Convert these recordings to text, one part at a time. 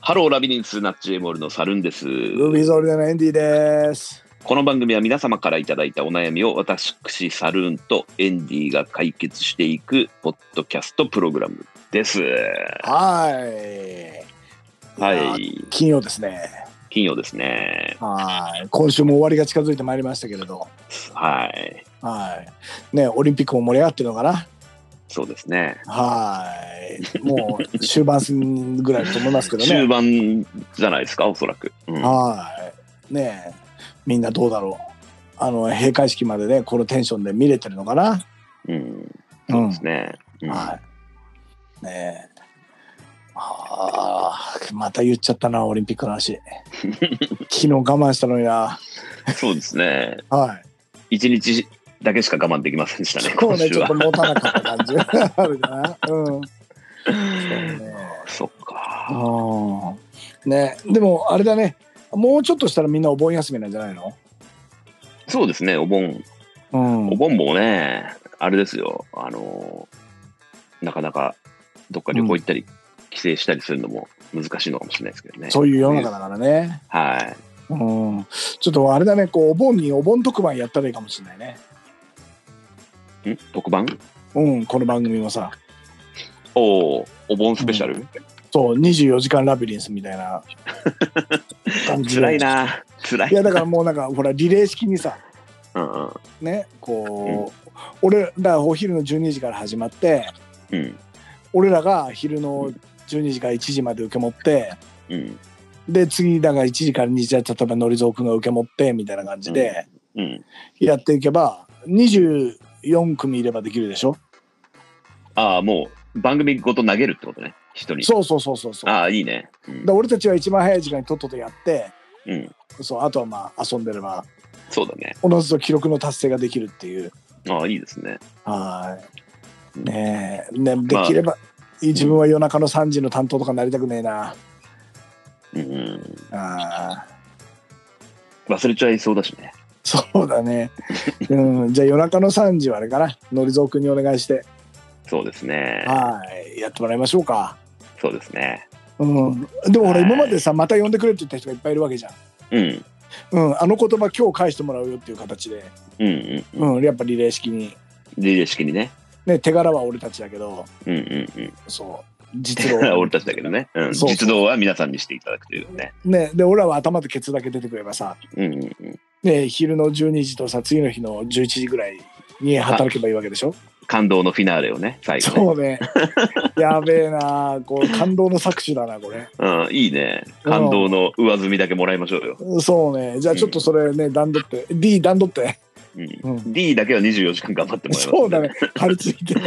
ハローラビリンスナッチエモールのサルンです。ルビーズオールデンのエンディです。この番組は皆様からいただいたお悩みを私、サルーンとエンディが解決していくポッドキャストプログラムです。はい。はいや。い。金曜ですね。金曜ですね。はい。今週も終わりが近づいてまいりましたけれど。はい。はい。ね、オリンピックも盛り上がってるのかな。そうですね。はい。もう終盤戦ぐらいだと思いますけど終ね。盤じゃないですか、おそらく。うん、はい。ねえ、みんなどうだろう。あの閉会式までね、このテンションで見れてるのかな。うん。うそうでんす。ね。うんはい。ねえ。ああ、また言っちゃったな、オリンピック の話。昨日我慢したのにな。そうですね。はい。一日だけしか我慢できませんでしたね、今今日ね、週ちょっはと。持たなかった感じ があるな。うん。ねそっか。あーねでもあれだね。もうちょっとしたらみんなお盆休みなんじゃないのそうですね、お盆。うん。お盆もね、あれですよ、あのーなかなかどっか旅行行ったり、帰省したりするのも難しいのかもしれないですけどね。そういう世の中だからね。はい。うん。ちょっとあれだね、こう、お盆にお盆特番やったらいいかもしれないね。ん特番うん、この番組もさ。おお、お盆スペシャル、そう、24時間ラビリンスみたいな感 で辛い。な、辛い。いや、だからもうなんか、ほら、リレー式にさ、うんうんね、こう、俺らお昼の12時から始まって、うん俺らが昼の12時から1時まで受け持って、うんで、次、だから1時から2時で、例えば、のりぞうくんが受け持って、みたいな感じで、うん。やっていけば、24組いればできるでしょああ、もう番組ごと投げるってことね、人に。そうそうそうそうそう。ああ、いいね。うんで、俺たちは一番早い時間にとっととやって、うん、そう、あとはまあ、遊んでれば、そうだね。おのずと記録の達成ができるっていう。ああ、いいですね。はい。ねえ、ね、できれば、自分は夜中の3時の担当とかなりたくねえな。うんうん、あ ー忘れちゃいそうだしね。そうだね。うん、じゃあ夜中の3時はあれかな。のりぞうくんにお願いして、そうですね。はい、やってもらいましょうか。そうですね。うん、でもほはらい今までさまた呼んでくれって言った人がいっぱいいるわけじゃん、うん、うん、あの言葉今日返してもらうよっていう形で、うん、うん。うん、やっぱリレー式に、リレー式にね。ね、手柄は俺たちだけどうん、うん、うん。そう 実力俺たちだけどね、うん、そうそう実動は皆さんにしていただくというね。ねで俺らは頭とケツだけ出てくればさうんうんうん、ね、昼の12時とさ次の日の11時ぐらいに働けばいいわけでしょ感動のフィナーレをね、最後ね。そうねやべえなこう感動の搾取だなこれうん、いいね。感動の上積みだけもらいましょうよ。そうねじゃあちょっとそれね段取って D 段取って、うんうん D だけは24時間頑張ってもらいます、そうだね。張り付いて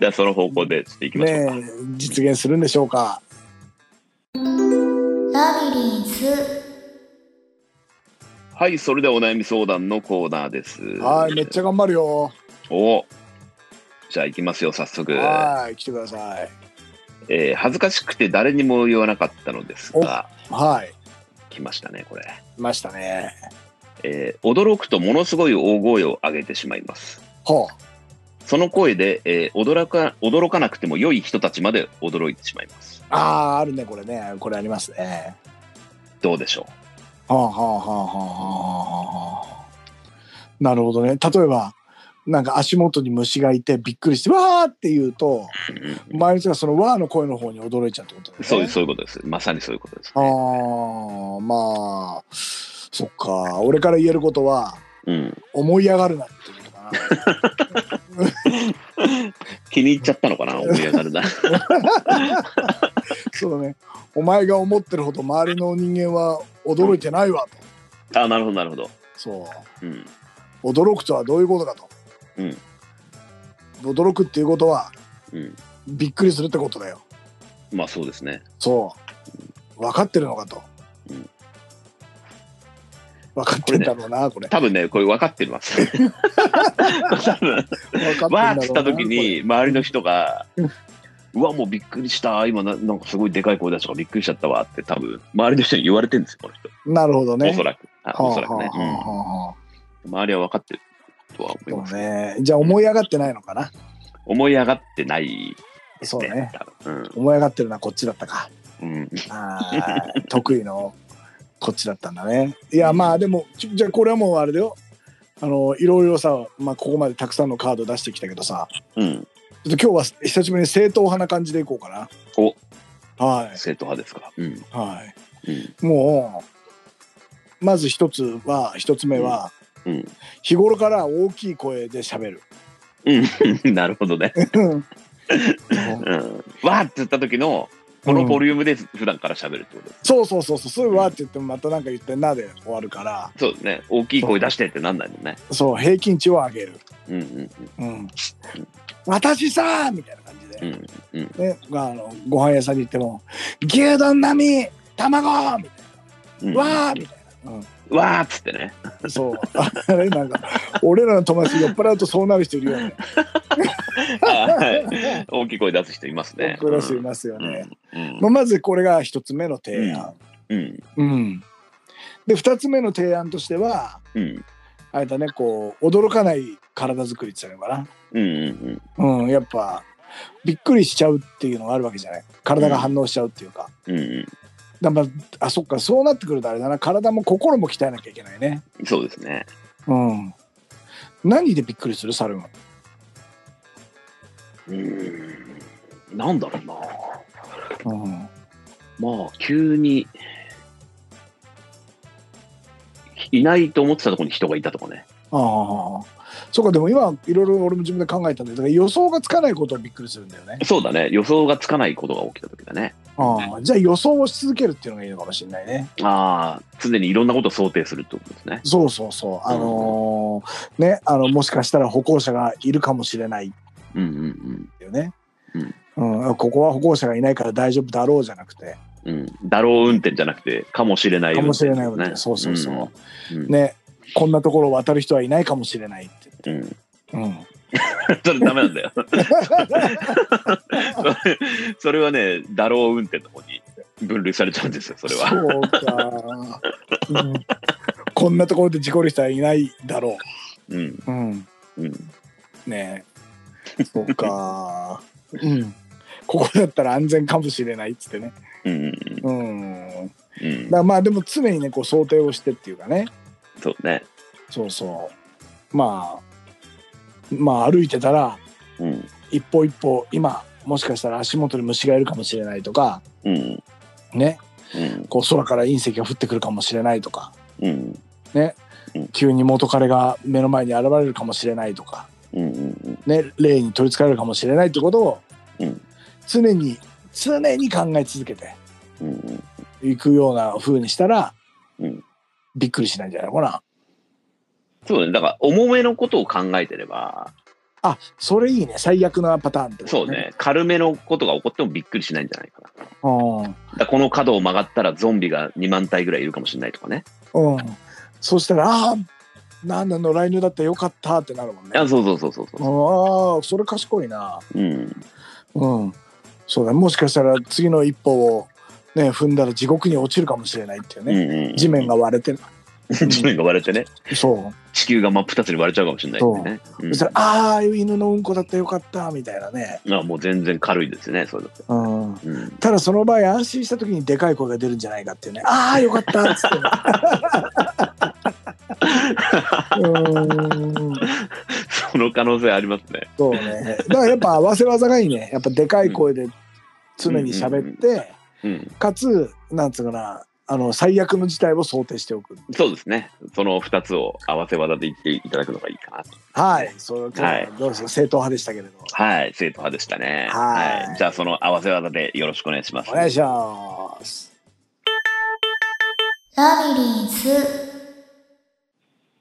じゃあその方向でちょっといきましょうか。ね実現するんでしょうかラビリンスはい、それではお悩み相談のコーナーです。はいめっちゃ頑張るよおじゃあ行きますよ、早速。はい来てくださいえー恥ずかしくて誰にも言わなかったのですが、はい来ましたね、これ。来ましたねえー驚くとものすごい大声を上げてしまいます。ほその声で、えー驚か驚かなくても良い人たちまで驚いてしまいますう。ああーあるねこれねこれありますねどうでしょはあはあはあはあはあはあ。なるほどね。例えば、なんか足元に虫がいてびっくりして、わーって言うと、う、周りの人がそのわーの声の方に驚いちゃうってことだよね。そうです、そういうことです。まさにそういうことです、あね。あ、まあ、そっか。俺から言えることは、うん、思い上がるなってことか気に入っちゃったのかな、思い上がるな。 な。そうだね。お前が思ってるほど周りの人間は驚いてないわと。あなるほど、なるほど。そうん、う。驚くとはどういうことかと。うん、驚くっていうことは、うん。びっくりするってことだよ。まあそうですね。そう。分かってるのかと。うん分かってんだろうな、これ。多分ね、これ分かってます。 多分分かってんだろうわーなっつった時に、周りの人がうん、うわ、もうびっくりした、今な、なんかすごいでかい声出したからびっくりしちゃったわって、多分周りの人に言われてるんですよ、この人。これなるほどね。おそらく。あおそらくねは。あはあはあはうあん周りは分かってるとは思いますそうね。じゃあ思い上がってないのかな。思い上がってないそうだね。多分思い上がってるのはこっちだったか。うん。うん。あー 得意のこっちだったんだね。いやまあでもちじゃあこれはもうあれだよ。あのいろいろさ、まあ、ここまでたくさんのカード出してきたけどさうん。ちょっと今日は久しぶりに正統派な感じでいこうかお、な。はい生徒派ですか。うん。はうん。い、もうまず一つは一つ目は、うん日頃から大きい声で 喋る。うん。 なるほどね。うんうん。わーって言った時の、このボリュームで普段から喋るってことです。そうそうそうそうすぐわーって言ってもまたなんか言ってんなで終わるからそうですね。大きい声出してってなんないもんね。そう平均値を上げる。うんうんうん、私さーみたいな感じで。うん。うん。ね、あのご飯屋さんに行っても「牛丼並み卵!」みたいうんうんな「わー!」みたいな、うわーっつってね。ん、そう あれなんか俺らの友達酔っ払うとそうなる人いるよねはい大きい声出す人いますね。僕らしいますよね、うんうんまあ、まずこれが一つ目の提案、うんうんで二つ目の提案としてはうんあれだねこう驚かない体作りって言ったのかうんうんな、うん、やっぱびっくりしちゃうっていうのがあるわけじゃない体が反応しちゃうっていうか。うんうんだからあそっかそうなってくるとあれだな体も心も鍛えなきゃいけないねそうですね。うん。何でびっくりする猿は。うんなんだろうな。うん。まあ急にいないと思ってたところに人がいたとかね。ああ。そうかでも今いろいろ俺も自分で考えたんだけど予想がつかないことをびっくりするんだよね。そうだね。予想がつかないことが起きた時だね。ああ。じゃあ予想をし続けるっていうのがいいのかもしれないね。ああ常にいろんなことを想定するってことですね。そうそうそう。あのーねあのもしかしたら歩行者がいるかもしれないっうんうんていうね。うん、ここは歩行者がいないから大丈夫だろうじゃなくてうんうん。だろう運転じゃなくてかもしれないか運も転でしれすないねわけ、そうそうそう、うんうんねこんなところを渡る人はいないかもしれないってうん 言って、それダメなんだよ。 うん、それはね、だろう運転の方に分類されちゃうんですよ、それは。そうか、うんこんなところで事故る人はいないだろうん、う。うん、うん、ねえ。そうか。うん。ここだったら安全かもしれないっつってね。うん、うん。だうん、うんからまあでも常にねこう想定をしてっていうかね。そうね。そうそう。まあまあ歩いてたらうん、一歩一歩今もしかしたら足元に虫がいるかもしれないとかうん、ねうん、こう空から隕石が降ってくるかもしれないとかうん、ねうん、急に元彼が目の前に現れるかもしれないとか、うん、うん、ね、霊に取りつかれるかもしれないってことをうん常に常に考え続けてうん、いくような風にしたら、うんびっくりしないんじゃないのかな。そうね、だから重めのことを考えてれば、あそれいいね最悪なパターンってことそうね、軽めのことが起こってもびっくりしないんじゃないかな。だかうんらこの角を曲がったらゾンビが2万体ぐらいいるかもしれないとかね。うん、そうしたら「ああなんだ野良犬だったよかった」ってなるもんね。あ、そうそうそうそうあそーそれ賢いな。う。うん、うん、そうだもしかしたら次の一歩を、ね、踏んだら地獄に落ちるかもしれないっていううね、ん、うん。地面が割れてる 地面が割れてね、そ地球が真っ二つに割れちゃうかもしれないんでね。うんう、そしたら「ああ犬のうんこだったよかった」みたいなね、あもう全然軽いですね、それだと。うん、うん、ただその場合安心した時にでかい声が出るんじゃないかっていうね「ああよかった」っつってねうーんその可能性ありますね。そうねだからやっぱ合わせ技がいいねやっぱでかい声で常に喋って、うん、かつなんつうかなあの最悪の事態を想定しておくそうですね。その2つを合わせ技で言っていただくのがいいかなと。はいそう今日はいはどうですか正統派でしたけれどはい、生徒派でしたね。はいじゃあ、その合わせ技でよろしくお願いします。お願いします。ラビリンス。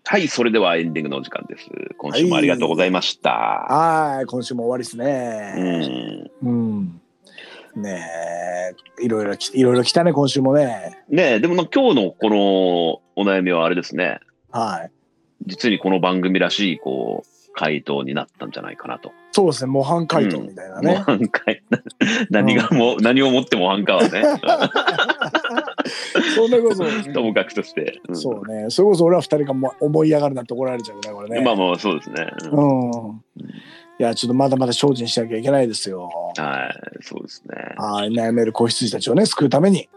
はい、それではエンディングのお時間です。今週もありがとうございました。はい、今週も終わりですうね。ん、うん。ねえ、いろいろき、いろいろ来たね、今週もね。ねえでもな今日のこのお悩みはあれですね。はい。実にこの番組らしいこう回答になったんじゃないかなと。そうですね、模範解答みたいな模ね。範解 何がも、う何をもって模範かはね。 そんなこと、ともかくとして。うんそうね、それこそ俺は二人がも思い上がるなんて怒られちゃうね、これね。まあまあそうですね。うん。いや、ちょっとまだまだ精進しなきゃいけないですよ。はい、そうですね。はい、悩める子羊たちをね、救うために、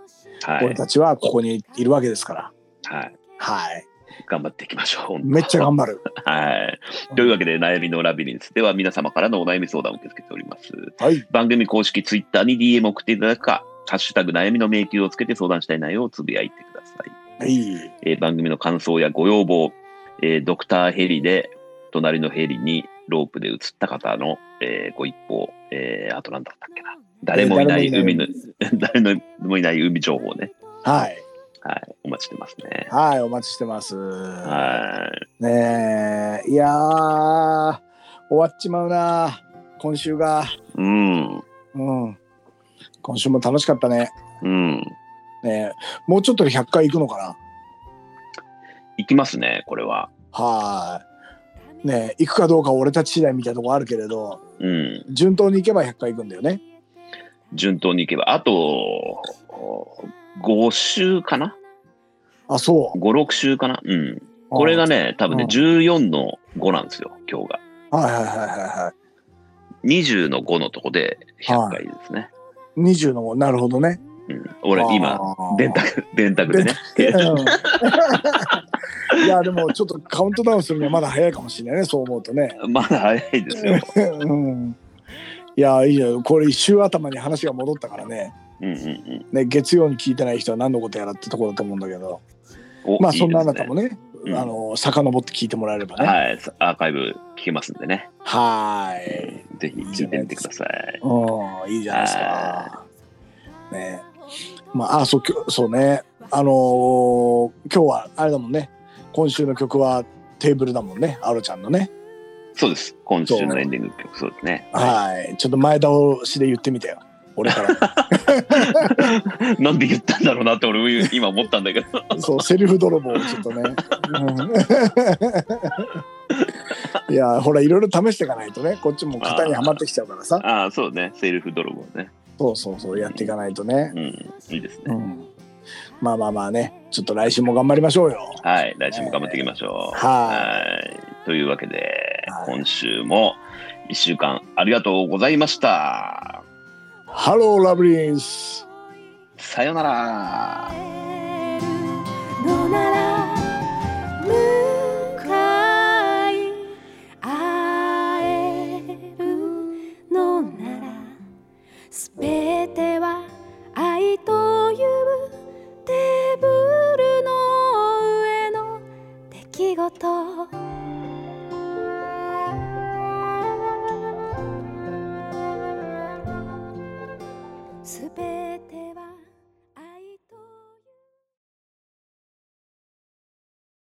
はい俺、たちはここにいるわけですから。はい、はい。頑張っていきましょう。めっちゃ頑張る。 張はい。というわけで、悩みのラビリンスでは皆様からのお悩み相談を受け付けております。はい。番組公式ツイッターに DM を送っていただくか、ハッシュタグ悩みの迷宮をつけて相談したい内容をつぶやいてください。はい。えー番組の感想やご要望、えードクターヘリで隣のヘリにロープで移った方の、えーご一報、えーあとなんだったっけな。誰もいない海の、 誰もいない海情報ね。はい。はい、お待ちしてますね。はい、お待ちしてます。はい。ねえ、いやー、終わっちまうな、今週が。うん、うん。今週も楽しかったね。うん。ねえもうちょっとで100回行くのかな。いきますね、これは。はーい。ねえ行くかどうかは俺たち次第みたいなとこあるけれど、うん。順当に行けば100回行くんだよね。順当にいけば。あと、5週かなあ、そう。 ?5、6週かなうん。これがね、多分ね、うん14の5なんですよ、今日が。あー。はいはいはいはいは20の5のとこで100回ですね。い。20の、なるほどね。うん、俺、今、あー電 卓、電卓でね。うん いやでもちょっとカウントダウンするにはまだ早いかもしれないねそう思うとね。 まだ早いです よ。うん、いやいいよこれ週頭に話が戻ったからねうんうんうん。ね月曜に聞いてない人は何のことやらってところだと思うんだけどおまあそんなあいいなですたねもねうんあの遡って聞いてもらえればね。はい、アーカイブ聞けますんでね。はーいぜひ聞いてみてください。うんいいじゃないですか。ねまああそうきょそうねあのー今日はあれだもんね今週の曲はテーブルだもんねアロちゃんのね。そうです。今週のエンディング曲、そうですね。はい。ちょっと前倒しで言ってみたよ。俺から。 なんで言ったんだろうなって俺も今思ったんだけど。そう、セリフ泥棒をちょっとね。うん いや、ほら、いろいろ試していかないとね、こっちも型にはまってきちゃうからさ。ああ、そうね。セルフ泥棒ね。そうそうそう、やっていかないとねう。ん、いいですうね。ん。まあまあまあね、ちょっと来週も頑張りましょうよ。はい、来週も頑張っていきましょう。ははい。というわけで、はい今週も1週間ありがとうございました。い。ハロー、ラブリンス。さよなら。のなら向かい合えるのならすべては愛というテーブルの上の出来事すべては